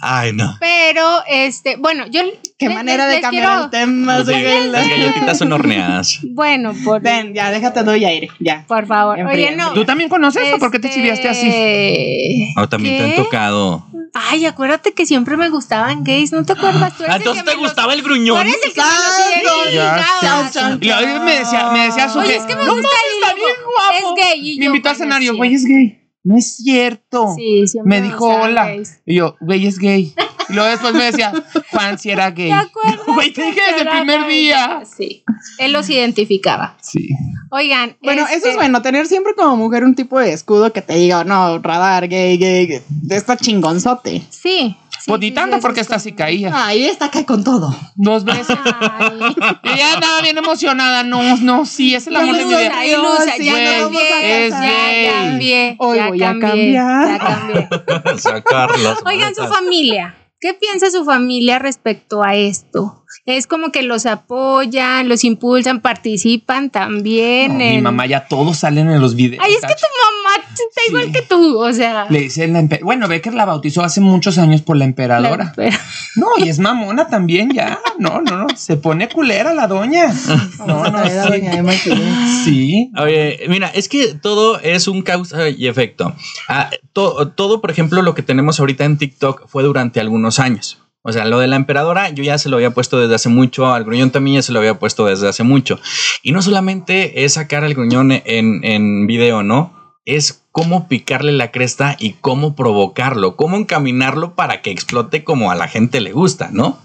S3: Ay, no.
S1: Pero, este, bueno, yo.
S2: Qué
S1: les-
S2: manera
S1: les-
S2: de
S1: les
S2: cambiar
S1: quiero-
S2: el tema.
S3: Las
S2: Sigela.
S3: galletitas son horneadas.
S1: Bueno, por,
S2: Ven, ya, déjate, doy aire, ya.
S1: por favor. Oye,
S2: Enfría,
S1: no.
S4: ¿Tú también conoces o por qué te
S1: este,
S4: chiviaste así?
S3: O Oh, también te
S1: ¿qué?
S3: han tocado.
S1: Ay, acuérdate que siempre me gustaban gays, ¿no te acuerdas? Tú eres
S3: Ah,
S1: el Pues
S3: Entonces
S1: que
S3: te
S1: me los-
S3: gustaba el
S1: Tú
S3: gruñón.
S1: eres el que me los
S4: Ya
S1: ligabas.
S2: sé.
S4: Y luego me decía, me decía
S1: Este,
S4: su
S1: Oye,
S4: que,
S1: es que me
S4: no
S1: gusta
S4: mames,
S1: y
S4: está
S1: luego
S4: bien guapo.
S1: es gay y
S4: me
S1: yo,
S4: invitó a
S1: bueno,
S4: cenar y yo,
S1: sí.
S4: güey, es gay. No es cierto.
S1: Sí, siempre
S4: me dijo
S1: gustaban
S4: hola.
S1: gays.
S4: Y yo, güey, es gay. Y luego después me decía, Juan, si era gay.
S1: ¿Te acuerdas?
S4: Güey, te dije desde el
S1: Era
S4: primer
S1: gay.
S4: día.
S1: Sí, él los identificaba.
S4: Sí.
S1: Oigan.
S2: Bueno,
S1: este,
S2: eso es bueno, tener siempre como mujer un tipo de escudo que te diga, no, radar, gay, gay, gay, de esta chingonzote.
S1: Sí. sí,
S4: pues ni
S1: sí,
S4: tanto
S1: sí,
S4: porque
S1: eso
S4: esta
S1: es
S4: sí caía.
S2: Ahí está cae con todo.
S4: Dos veces.
S1: como- Ay.
S4: Y ella andaba bien emocionada. No, no, sí, es el
S2: Ya
S4: amor
S2: me
S4: de mi
S2: duele.
S4: vida.
S1: Ilusa, ilusa, ya
S4: Güey,
S1: cambié,
S4: es
S1: ya
S4: gay.
S1: cambié,
S2: Hoy
S1: ya
S2: voy a
S1: cambié, ya
S2: cambiar.
S1: cambié.
S3: Sacarlos.
S1: Oigan, su familia. ¿Qué piensa su familia respecto a esto? Es como que los apoyan, los impulsan, participan también.
S4: No,
S1: en-
S4: mi mamá ya todos salen en los videos.
S1: Ay, es que
S4: cacho.
S1: tu mamá está
S4: Sí.
S1: igual que tú, o sea.
S4: Le dice la empe- Bueno, Becker la bautizó hace muchos años por la emperadora.
S1: la- pero-
S4: No, y es mamona también ya. No, no, no. Se pone culera la doña. No, no,
S2: Era doña
S4: sí.
S2: Emma que-
S4: Sí.
S3: Oye, mira, es que todo es un causa y efecto. Ah, to- todo, por ejemplo, lo que tenemos ahorita en TikTok fue durante algunos años. O sea, lo de la emperadora yo ya se lo había puesto desde hace mucho, al gruñón también ya se lo había puesto desde hace mucho. Y no solamente es sacar al gruñón en, en video, ¿no? Es cómo picarle la cresta y cómo provocarlo, cómo encaminarlo para que explote como a la gente le gusta, ¿no?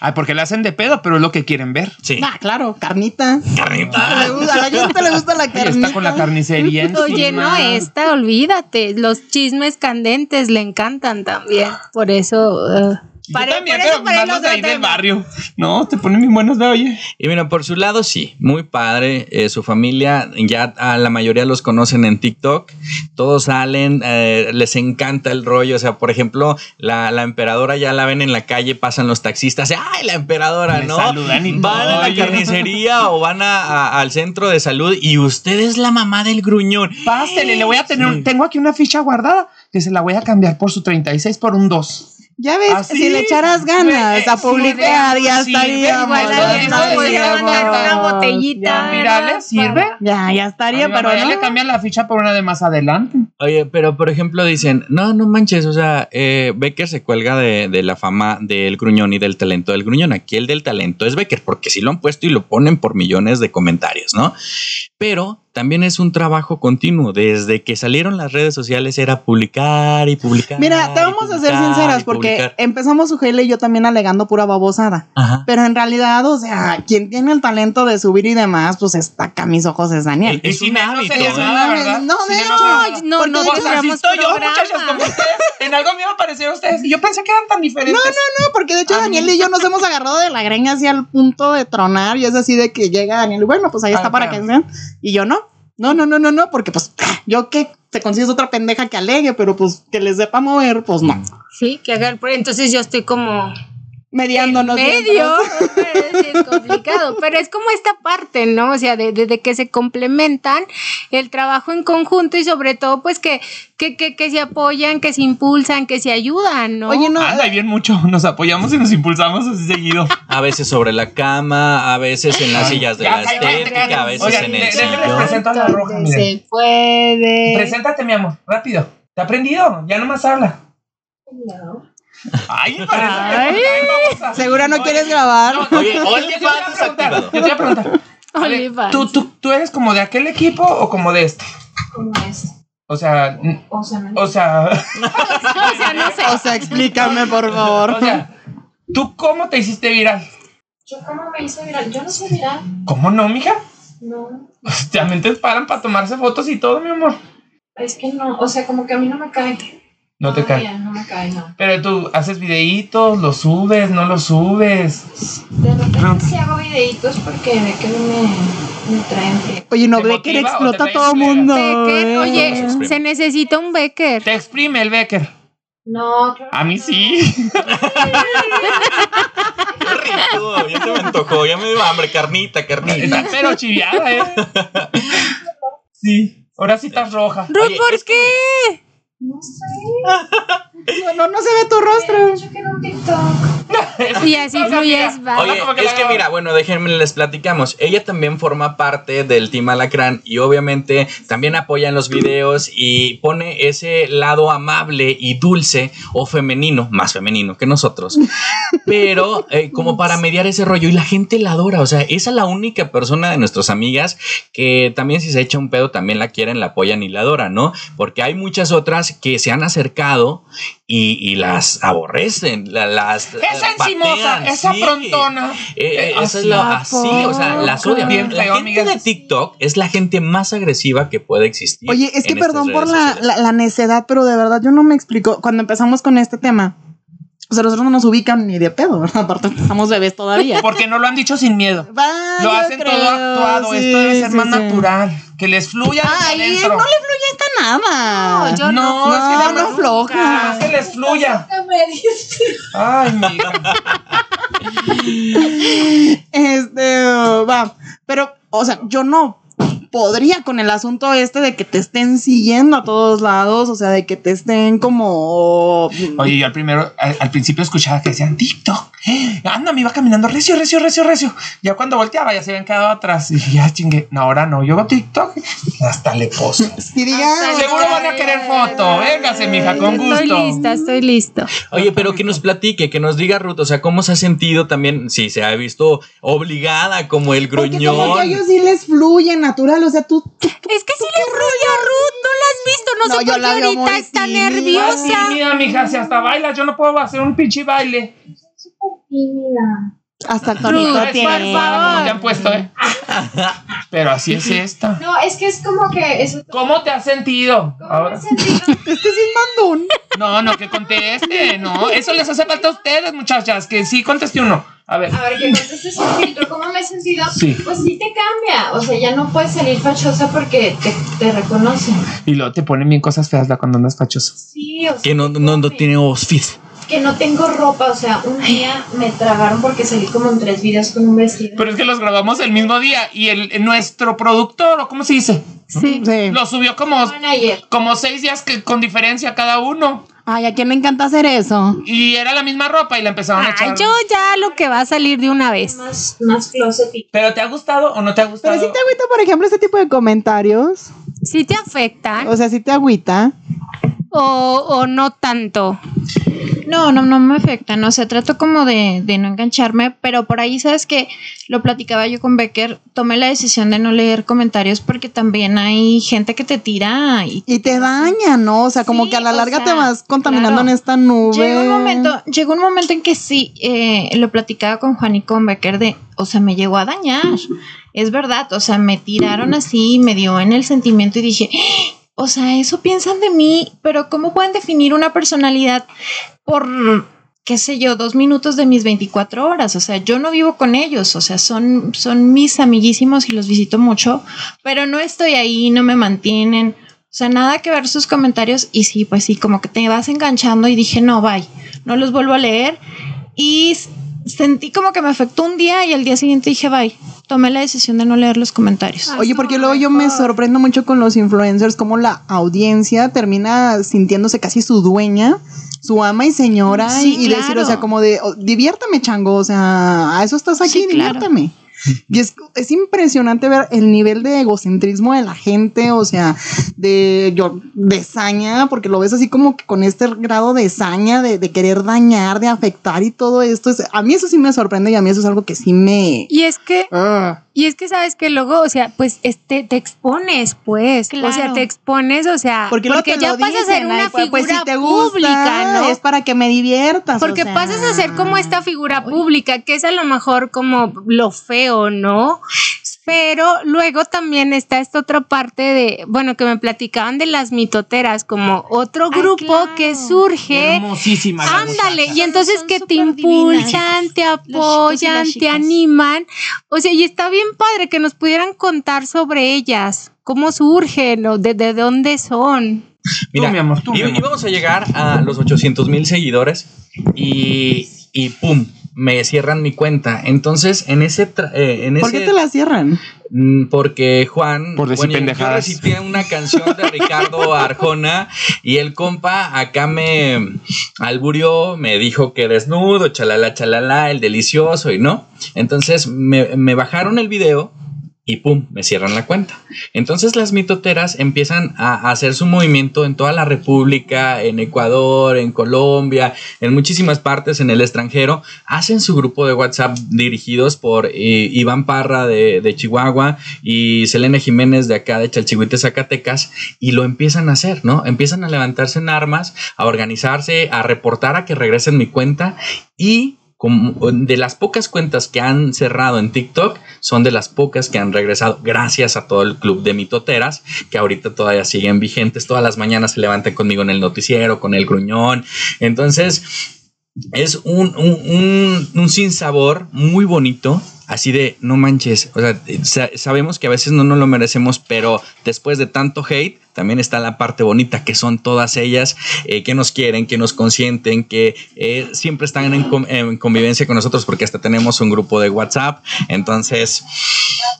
S4: Ay, porque la hacen de pedo, pero es lo que quieren ver.
S3: Sí.
S2: Ah, claro, carnita.
S3: Carnita.
S2: Le gusta- a la gente le gusta la
S4: Ay,
S2: carnita.
S4: está con la carnicería encima.
S1: Oye, no, esta, olvídate. Los chismes candentes le encantan también. Por eso. eh,
S4: Yo
S1: pare-
S4: también,
S1: por eso
S4: pero
S1: paré
S4: más los de
S1: otro
S4: ahí del
S1: tema.
S4: barrio. No, te ponen bien buenos de oye.
S3: Y mira, por su lado sí, muy padre, eh, su familia, ya a la mayoría los conocen en TikTok, todos salen, eh, les encanta el rollo, o sea, por ejemplo, la, la emperadora ya la ven en la calle, pasan los taxistas, ¡ay, la emperadora,
S4: Me
S3: no!
S4: saludan y
S3: Van
S4: todo,
S3: a la
S4: oye.
S3: carnicería o van a- a- al centro de salud y usted es la mamá del gruñón.
S4: Pásele, le voy a tener. Tengo aquí una ficha guardada que se la voy a cambiar por su 36 por un 2.
S2: Ya ves,
S4: Así.
S2: si le echaras ganas a
S4: Sí,
S2: publicar, ya
S4: sí,
S2: estaría.
S1: Pues, Igual
S4: Vamos,
S1: alguien
S4: vamos,
S1: podría
S4: vamos.
S1: mandar una botellita.
S4: Ya, mira, ¿le
S1: ¿verdad?
S4: sirve?
S1: Para-
S2: Ya, ya
S4: Ay,
S2: estaría,
S4: mamá,
S2: pero
S4: ya
S2: no.
S4: le cambian la ficha por una de más adelante.
S3: Oye, pero por ejemplo dicen, no, no manches, o sea, eh, Becker se cuelga de, de la fama del gruñón y del talento del gruñón. Aquí el del talento es Becker, porque sí lo han puesto y lo ponen por millones de comentarios, ¿no? Pero también es un trabajo continuo. Desde que salieron las redes sociales era publicar y publicar.
S2: Mira, te
S3: y
S2: vamos a ser
S3: publicar
S2: sinceras
S3: y
S2: porque
S3: publicar.
S2: empezamos su y yo también alegando pura babosada.
S3: Ajá.
S2: Pero en realidad, o sea, quien tiene el talento de subir y demás, pues está acá a mis ojos es Daniel.
S3: Es un hábito.
S4: sería
S3: ¿eh?
S4: nada, ¿verdad?
S2: No,
S4: Sí,
S2: de
S4: no,
S2: hecho,
S4: nada.
S1: no,
S2: porque
S1: no,
S2: de
S1: no,
S4: O
S2: hecho-
S4: sea, Ah, así
S1: Hagamos
S4: estoy yo,
S1: programa.
S4: muchachas, como ustedes. En algo me iba a parecer a ustedes. Y yo pensé que eran tan diferentes.
S2: No, no, porque de hecho
S4: A
S2: Daniel
S4: mí-
S2: y yo nos hemos agarrado de la greña hacia el punto de tronar y es así de que llega Daniel, bueno, pues ahí
S4: Ah,
S2: está para que
S4: claro.
S2: sean. Y yo no, no, no, no, no, no, porque pues yo que te consigues otra pendeja que alegue, pero pues que les sepa mover, pues no.
S1: Sí, que haga el pre- Entonces yo estoy como en
S2: Mediándonos.
S1: medio. pero sí es complicado. Pero es como esta parte, ¿no? O sea, de, de- de que se complementan el trabajo en conjunto y sobre todo, pues que, que, que, que se apoyan, que se impulsan, que se ayudan, ¿no?
S2: Oye, no,
S4: Anda, bien mucho. Nos apoyamos y nos impulsamos así seguido.
S3: A veces sobre la cama, a veces en las sillas de
S4: Ya,
S3: la
S4: cállate, cállate.
S3: estética, a veces
S4: Oigan,
S3: en
S4: de-
S3: el
S4: déjenme les
S3: sillón.
S4: presento a la roja,
S1: Entonces,
S4: miren.
S1: se puede.
S4: Preséntate, mi amor, rápido. ¿Te ha aprendido? Ya nomás habla. Ay, parece que
S1: Ay.
S4: está en babosa.
S2: seguro no
S4: Oye,
S2: quieres grabar.
S4: no, no,
S3: Oye,
S4: yo te voy a
S3: OnlyFans
S4: preguntar,
S3: desactivado.
S4: Yo te voy a preguntar. Ale,
S1: OnlyFans.
S4: ¿tú, tú, ¿Tú eres como de aquel equipo o como de este?
S5: ¿Cómo es?
S4: O sea, n-
S5: O sea, no.
S4: o sea,
S1: o sea, no sé.
S2: O sea, explícame, por favor.
S4: o sea, ¿tú cómo te hiciste viral?
S5: ¿Yo cómo me hice viral? Yo no soy viral.
S4: ¿Cómo no, mija?
S5: No.
S4: Pues, También te paran para tomarse fotos y todo, mi amor.
S5: Es que no. O sea, como que a mí no me cae.
S4: No
S6: Ah,
S4: te cae.
S5: Todavía No me cae, no.
S4: Pero tú haces videitos, los subes, no los subes.
S5: De repente
S4: No.
S5: sí hago videitos porque ve que me, me traen friega.
S2: Oye, no,
S4: ¿Te
S2: Becker
S4: motiva o
S2: explota
S4: te
S2: a todo el
S4: trae
S2: mundo.
S1: Becker,
S2: ¿eh?
S1: oye, se necesita un Becker.
S4: Te exprime el Becker.
S5: No, claro.
S4: A
S5: que
S4: mí
S5: no.
S4: sí.
S3: Qué rico, ya se me antojó, ya me dio hambre, carnita, carnita.
S4: Está pero chiviada, ¿eh? Sí. Ahora sí estás roja.
S1: Ruth,
S3: Oye,
S1: ¿por
S3: es
S1: qué?
S5: No sé.
S2: No, no, no se ve tu rostro.
S5: Me han dicho que era un TikTok.
S1: Y así
S4: O sea,
S1: fluyes,
S4: mira,
S1: va.
S4: Ah,
S3: Oye,
S4: como que
S3: es
S4: la
S3: que
S4: grababa.
S3: mira, bueno, déjenme les platicamos. Ella también forma parte del Team Alacrán y obviamente también apoya en los videos y pone ese lado amable y dulce o femenino, más femenino que nosotros, pero eh, como para mediar ese rollo y la gente la adora. O sea, esa es la única persona de nuestras amigas que también si se echa un pedo también la quieren, la apoyan y la adoran, ¿no? Porque hay muchas otras que se han acercado y, y las aborrecen, la- las...
S4: Esa
S3: patean,
S4: encimosa, esa
S3: Eh, sí.
S4: prontona.
S3: Eh, eh, esa es
S4: Así.
S3: la así, o sea, las odian.
S4: Bien
S3: la
S4: feo,
S3: gente
S4: amigas.
S3: de TikTok es la gente más agresiva que puede existir.
S2: Oye, es que
S3: en estas
S2: perdón
S3: redes
S2: por la,
S3: sociales.
S2: la, la necedad, pero de verdad yo no me explico. Cuando empezamos con este tema, o sea, nosotros no nos ubican ni de pedo, ¿verdad? Aparte, estamos bebés todavía.
S4: Porque no lo han dicho sin miedo.
S2: Va,
S4: Lo
S2: Ah, yo
S4: hacen todo
S2: creo,
S4: actuado.
S2: sí,
S4: Esto debe ser
S2: sí,
S4: más
S2: sí.
S4: natural. Que les fluya desde
S2: Ay,
S4: adentro.
S2: no le fluye esta nada.
S1: No, yo
S4: no,
S2: no,
S4: es que
S2: no
S4: les
S2: afloja.
S4: Es Ah, que les fluya.
S5: Que me diste.
S4: Ay, mija.
S2: Este, va. Pero, o sea, yo no podría con el asunto este de que te estén siguiendo a todos lados, o sea, de que te estén como...
S4: Oye, yo al primero, al, al principio escuchaba que decían TikTok. Anda, me iba caminando recio, recio, recio, recio. Ya cuando volteaba ya se habían quedado atrás. Y dije, ya chingue, no, ahora no, yo veo TikTok. Hasta le poso.
S2: Si digas...
S4: Seguro van a querer foto. Véngase, mija, con
S1: Estoy
S4: gusto.
S1: lista, estoy listo.
S3: Oye, pero que nos platique, que nos diga Ruth, o sea, cómo se ha sentido también, si se ha visto obligada como el
S2: Porque como que a
S3: gruñón.
S2: ellos sí les fluye natural, o sea, tú...
S1: Es que si le fluye a Ruth, no la has visto, no,
S2: No,
S1: sé
S2: yo
S1: por qué
S2: la veo
S1: ahorita
S2: muy
S1: está
S2: tímida.
S1: nerviosa.
S4: Sí, mira, mija, si hasta baila, yo no puedo hacer un pinche baile.
S5: Soy súper tímida.
S2: Hasta el
S1: Ruth,
S2: tonito
S1: por
S2: tiene.
S1: favor.
S4: Como te han puesto, ¿eh? Pero así es esta.
S5: No, es que es como que eso.
S4: ¿Cómo te has sentido?
S5: ¿Cómo me
S4: Ahora-
S5: he sentido?
S2: Este sí es mandón.
S4: No, no, que conteste, no. Eso les hace falta a ustedes, muchachas, que sí conteste uno. A ver.
S5: A ver, que contestes un filtro. ¿Cómo me he sentido?
S4: Sí.
S5: Pues sí te cambia. O sea, ya no puedes salir fachosa porque te, te reconocen.
S4: Y luego te ponen bien cosas feas ¿verdad? cuando andas fachoso.
S5: Sí, o sea.
S3: Que no, no, no tiene outfit.
S5: Que no tengo ropa. O sea, un día me tragaron porque salí como en tres videos con un vestido.
S4: Pero es que los grabamos el mismo día y el nuestro productor, o cómo se dice,
S1: Sí.
S2: Sí.
S4: lo subió como,
S5: Manager.
S4: como seis días que, con diferencia cada uno.
S2: Ay, ¿a quién le encanta hacer eso?
S4: Y era la misma ropa y la empezaron a
S1: Ay,
S4: echar.
S1: yo ya lo que va a salir de una vez.
S5: Más, más closet y
S4: Pero ¿te ha gustado o no te ha
S2: Pero
S4: gustado?
S2: si te agüita, por ejemplo, este tipo de comentarios.
S1: Si te
S6: ¿Ah?
S1: afectan
S2: O sea, si te agüita.
S1: o, o no tanto.
S6: No, no, no me afecta, no sé, trato como de, de no engancharme, pero por ahí, ¿sabes que Lo platicaba yo con Becker, tomé la decisión de no leer comentarios porque también hay gente que te tira y...
S2: Y te daña, ¿no? O sea, como
S6: Sí,
S2: que a la
S6: o
S2: larga
S6: sea,
S2: te vas contaminando
S6: claro.
S2: en esta nube.
S6: Llegó un momento, llegó un momento en que sí, eh, lo platicaba con Juan y con Becker de, o sea, me llegó a dañar, es verdad, o sea, me tiraron así, me dio en el sentimiento y dije, "Ah, o sea, eso piensan de mí, pero ¿cómo pueden definir una personalidad por, qué sé yo, dos minutos de mis 24 horas? O sea, yo no vivo con ellos, o sea, son, son mis amiguísimos y los visito mucho, pero no estoy ahí, no me mantienen. O sea, nada que ver sus comentarios y sí, pues sí, como que te vas enganchando y dije, no, bye, no los vuelvo a leer. Y s- sentí como que me afectó un día y al día siguiente dije, bye, tomé la decisión de no leer los comentarios.
S2: Oye, porque luego yo me sorprendo mucho con los influencers, como la audiencia termina sintiéndose casi su dueña, su ama y señora,
S6: Sí,
S2: y, y decir, o sea,
S6: claro.
S2: como de, "Oh, diviérteme, chango, o sea, a eso estás aquí,
S6: Sí, claro.
S2: diviérteme. Y es, es impresionante ver el nivel de egocentrismo de la gente, o sea, de, yo, de saña, porque lo ves así como que con este grado de saña, de, de querer dañar, de afectar y todo esto. Es- a mí eso sí me sorprende y a mí eso es algo que sí me...
S1: Y es que
S2: Ah.
S1: Y es que sabes que luego, o sea, pues este te expones, pues. O sea,
S6: Claro.
S1: te expones, o sea,
S2: Porque, luego
S1: Ah, porque
S2: te
S1: ya
S2: lo
S1: pasas a ser
S2: dicen, ay,
S1: una
S2: pues,
S1: figura
S2: pues, si te gusta,
S1: pública, ¿no?
S2: Es para que me diviertas.
S1: Porque
S2: o sea.
S1: pasas a ser como esta figura pública, que es a lo mejor como lo feo, ¿no? Pero luego también está esta otra parte de, bueno, que me platicaban de las mitoteras, como otro
S6: Ah,
S1: grupo
S6: claro.
S1: que surge.
S4: Hermosísima. la
S1: Ándale,
S4: muchacha.
S1: y entonces
S6: Son
S1: que te
S6: superdivinas.
S1: impulsan, te
S6: chicos y las
S1: apoyan, te
S6: chicas.
S1: animan. O sea, y está bien padre que nos pudieran contar sobre ellas, cómo surgen o desde dónde son.
S3: Mira,
S4: Tú, mi amor, tú,
S3: y,
S4: mi amor.
S3: y vamos a llegar a los 800 mil seguidores y, y pum, me cierran mi cuenta. Entonces, en ese... tra- eh, en
S2: ¿Por
S3: ese
S2: qué te la cierran?
S3: Mm, Porque Juan,
S4: Por decir
S3: yo- yo
S4: pendejadas.
S3: recité una canción de Ricardo Arjona y el compa acá me alburió, me dijo que desnudo, chalala, chalala, el delicioso y no. Entonces me, me bajaron el video y pum, me cierran la cuenta. Entonces las mitoteras empiezan a hacer su movimiento en toda la República, en Ecuador, en Colombia, en muchísimas partes en el extranjero, hacen su grupo de WhatsApp dirigidos por eh, Iván Parra de, de Chihuahua y Selene Jiménez de acá de Chalchihuite, Zacatecas, y lo empiezan a hacer, ¿no? Empiezan a levantarse en armas, a organizarse, a reportar a que regresen mi cuenta y... como- de las pocas cuentas que han cerrado en TikTok, son de las pocas que han regresado, gracias a todo el club de mitoteras, que ahorita todavía siguen vigentes. Todas las mañanas se levantan conmigo en el noticiero, con el gruñón. Entonces, es un, un, un, un sinsabor muy bonito. Así de, no manches, o sea, sa- sabemos que a veces no nos lo merecemos, pero después de tanto hate, también está la parte bonita, que son todas ellas eh, que nos quieren, que nos consienten, que eh, siempre están en, con- en convivencia con nosotros, porque hasta tenemos un grupo de WhatsApp, entonces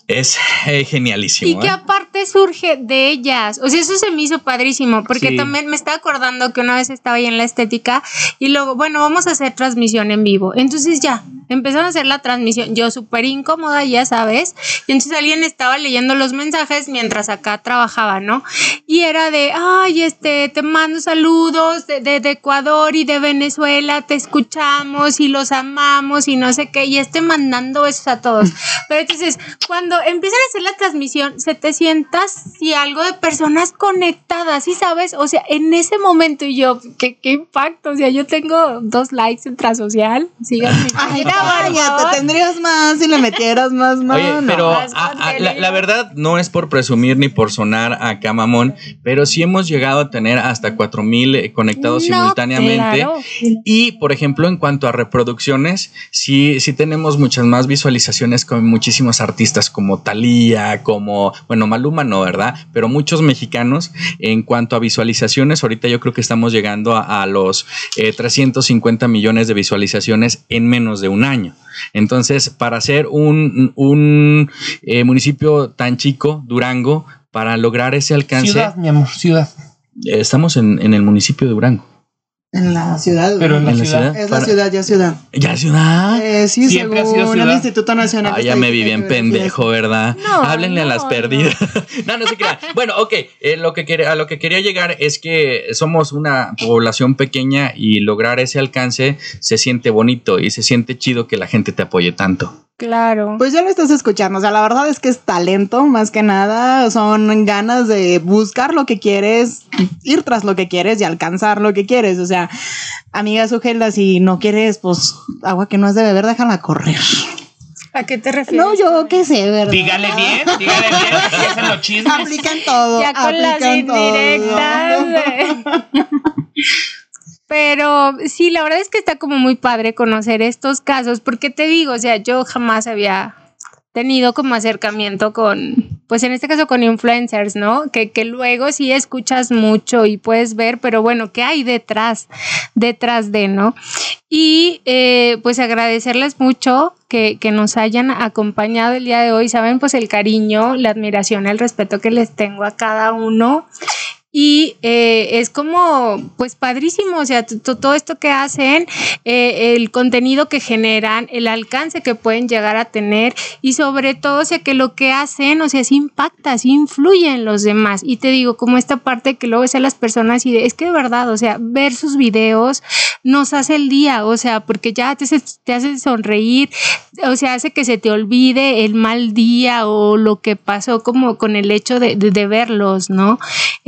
S3: es eh, genialísimo.
S1: y que
S3: ¿eh?
S1: aparte surge de ellas. O sea, eso se me hizo padrísimo, porque
S3: Sí.
S1: también me estaba acordando que una vez estaba ahí en la estética y luego, bueno, vamos a hacer transmisión en vivo. Entonces ya, empezaron a hacer la transmisión. Yo súper incómoda, ya sabes. Y entonces alguien estaba leyendo los mensajes mientras acá trabajaba, ¿no? Y era de, ay, este, te mando saludos de, de- de Ecuador y de Venezuela, te escuchamos y los amamos y no sé qué, y esté mandando besos a todos. Pero entonces, cuando empiezan a hacer la transmisión, 700 y algo de personas conectadas, ¿sí sabes? O sea, en ese momento y yo, qué, qué impacto, o sea, yo tengo dos likes intrasocial, sigan mi
S2: Ay,
S1: página, por
S2: vaya,
S1: favor.
S2: te tendrías más si le metieras más mano.
S3: Oye, pero
S1: Más
S3: a- a- la,
S1: contenido.
S3: la verdad no es por presumir ni por sonar acá mamón, pero sí hemos llegado a tener hasta 4000 conectados
S1: No,
S3: simultáneamente.
S1: claro.
S3: Y, por ejemplo, en cuanto a reproducciones, sí, sí tenemos muchas más visualizaciones con muchísimos artistas como Thalía, como, bueno, Maluma no, ¿verdad? Pero muchos mexicanos. En cuanto a visualizaciones, ahorita yo creo que estamos llegando a, a los eh, 350 millones de visualizaciones en menos de un año. Entonces, para ser un, un, eh, municipio tan chico, Durango, para lograr ese alcance,
S4: Ciudad, mi amor, ciudad.
S3: eh, estamos en, en el municipio de Durango.
S2: En la ciudad.
S4: Pero en la
S3: en la
S4: ciudad.
S3: ciudad.
S2: Es la
S3: Para-
S2: ciudad, ya ciudad.
S3: Ya ciudad.
S2: Eh, sí,
S4: Siempre ha
S2: según
S4: sido ciudad.
S2: el Instituto Nacional.
S3: Ah,
S2: de
S3: ya me
S2: Estadística
S3: vi
S2: y
S3: bien
S2: Geografía.
S3: pendejo, ¿verdad?
S1: No,
S3: Háblenle a
S1: no,
S3: las
S1: no.
S3: perdidas. No, no se crean. Bueno, ok, eh, lo que quer- a lo que quería llegar es que somos una población pequeña y lograr ese alcance se siente bonito y se siente chido que la gente te apoye tanto.
S1: Claro.
S2: Pues ya lo estás escuchando, o sea, la verdad es que es talento, más que nada, son ganas de buscar lo que quieres, ir tras lo que quieres y alcanzar lo que quieres, o sea, amiga Sugelda, si no quieres, pues agua que no has de beber, déjala correr.
S1: ¿A qué te refieres?
S2: No, yo qué sé, ¿verdad?
S4: Dígale bien, dígale bien, que se hacen los chismes.
S2: Aplican todo.
S1: ya con las
S2: aplican todo.
S1: indirectas. Pero sí, la verdad es que está como muy padre conocer estos casos, porque te digo, o sea, yo jamás había tenido como acercamiento con, pues en este caso con influencers, ¿no? Que, que luego sí escuchas mucho y puedes ver, pero bueno, ¿qué hay detrás, detrás de, ¿no? Y eh, pues agradecerles mucho que, que nos hayan acompañado el día de hoy. Saben, pues el cariño, la admiración, el respeto que les tengo a cada uno. y eh, es como, pues padrísimo, o sea, t- t- todo esto que hacen, eh, el contenido que generan, el alcance que pueden llegar a tener y sobre todo, o sea, que lo que hacen, o sea, sí impacta, sí influye en los demás. Y te digo, como esta parte que luego ves a las personas y de, es que de verdad, o sea, ver sus videos nos hace el día, o sea, porque ya te, hace- te hace sonreír, o sea, hace que se te olvide el mal día o lo que pasó como con el hecho de, de- de verlos, ¿no?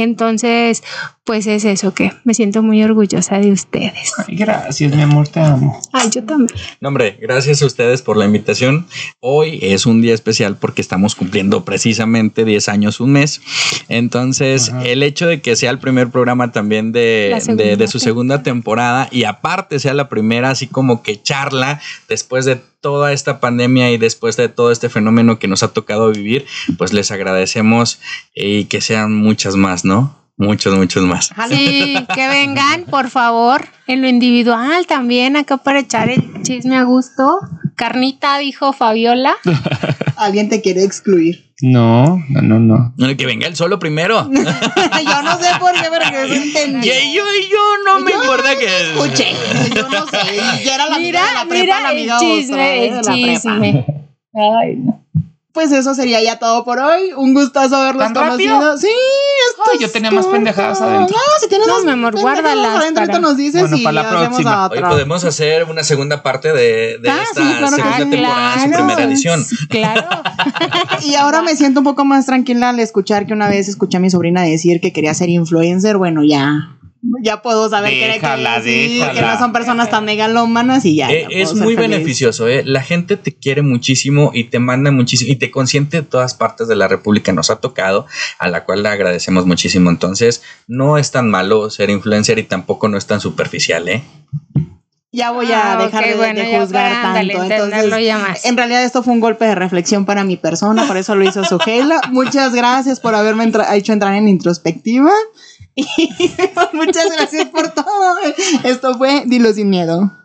S1: Entonces, pues es eso que me siento muy orgullosa de ustedes.
S4: Ay, gracias, mi amor, te amo.
S1: Ay, yo también.
S3: No, hombre, gracias a ustedes por la invitación. Hoy es un día especial porque estamos cumpliendo precisamente 10 años, un mes. Entonces,
S4: Ajá.
S3: el hecho de que sea el primer programa también de,
S1: La
S3: de- de su
S1: segunda
S3: segunda temporada y aparte sea la primera, así como que charla después de toda esta pandemia y después de todo este fenómeno que nos ha tocado vivir, pues les agradecemos y que sean muchas más, ¿no? Muchos, muchos más.
S1: Sí, que vengan, por favor, en lo individual también, acá para echar el chisme a gusto. Carnita, dijo Fabiola.
S2: Alguien te quiere excluir.
S4: No, no, no, no.
S3: Que venga el solo primero.
S2: yo no sé por qué, pero yo entendí.
S3: Y yo, y yo no me importa que...
S2: Escuché. Yo no sé. Yo era la
S1: Mira,
S2: amiga de la prepa,
S1: mira
S2: la
S1: el
S2: amiga Ostrov,
S1: chisme,
S2: de
S1: el
S2: la prepa.
S1: chisme.
S2: Pues eso sería ya todo por hoy. Un gustazo haberlos
S4: ¿Tan rápido?
S2: conocido. Sí, esto
S4: Ay, yo
S2: es
S4: tenía más
S2: corto.
S4: pendejadas adentro.
S2: No, si tienes
S1: No,
S2: más
S1: mi amor,
S2: pendejadas
S1: guárdalas
S2: adentro,
S1: para-
S2: ahorita nos dices
S4: Bueno,
S2: y
S4: para la
S2: hacemos
S4: próxima.
S2: a
S3: Hoy
S2: otra.
S3: podemos hacer una segunda parte de, de
S2: Ah,
S3: esta
S2: sí, claro que
S3: segunda
S2: sí.
S3: temporada, su primera edición.
S1: Claro.
S2: Y ahora me siento un poco más tranquila al escuchar que una vez escuché a mi sobrina decir que quería ser influencer. Bueno, ya. Ya puedo saber que-
S4: Déjala,
S2: que, sí,
S4: déjala.
S2: que no son personas tan megalómanas y ya.
S3: Eh,
S2: ya puedo
S3: es
S2: ser
S3: muy
S2: feliz.
S3: beneficioso, eh. la gente te quiere muchísimo y te manda muchísimo y te consiente de todas partes de la República, nos ha tocado, a la cual le agradecemos muchísimo. Entonces, no es tan malo ser influencer y tampoco no es tan superficial, ¿eh?
S2: Ya voy a
S1: Ah,
S2: dejar
S1: ok,
S2: de-
S1: bueno,
S2: de,
S1: ya
S2: juzgar
S1: para, ándale,
S2: tanto.
S1: entenderlo
S2: Entonces,
S1: ya más.
S2: en realidad esto fue un golpe de reflexión para mi persona, por eso lo hizo Sujela. Muchas gracias por haberme entra- hecho entrar en introspectiva. Y muchas gracias por todo. Esto fue Dilo sin miedo.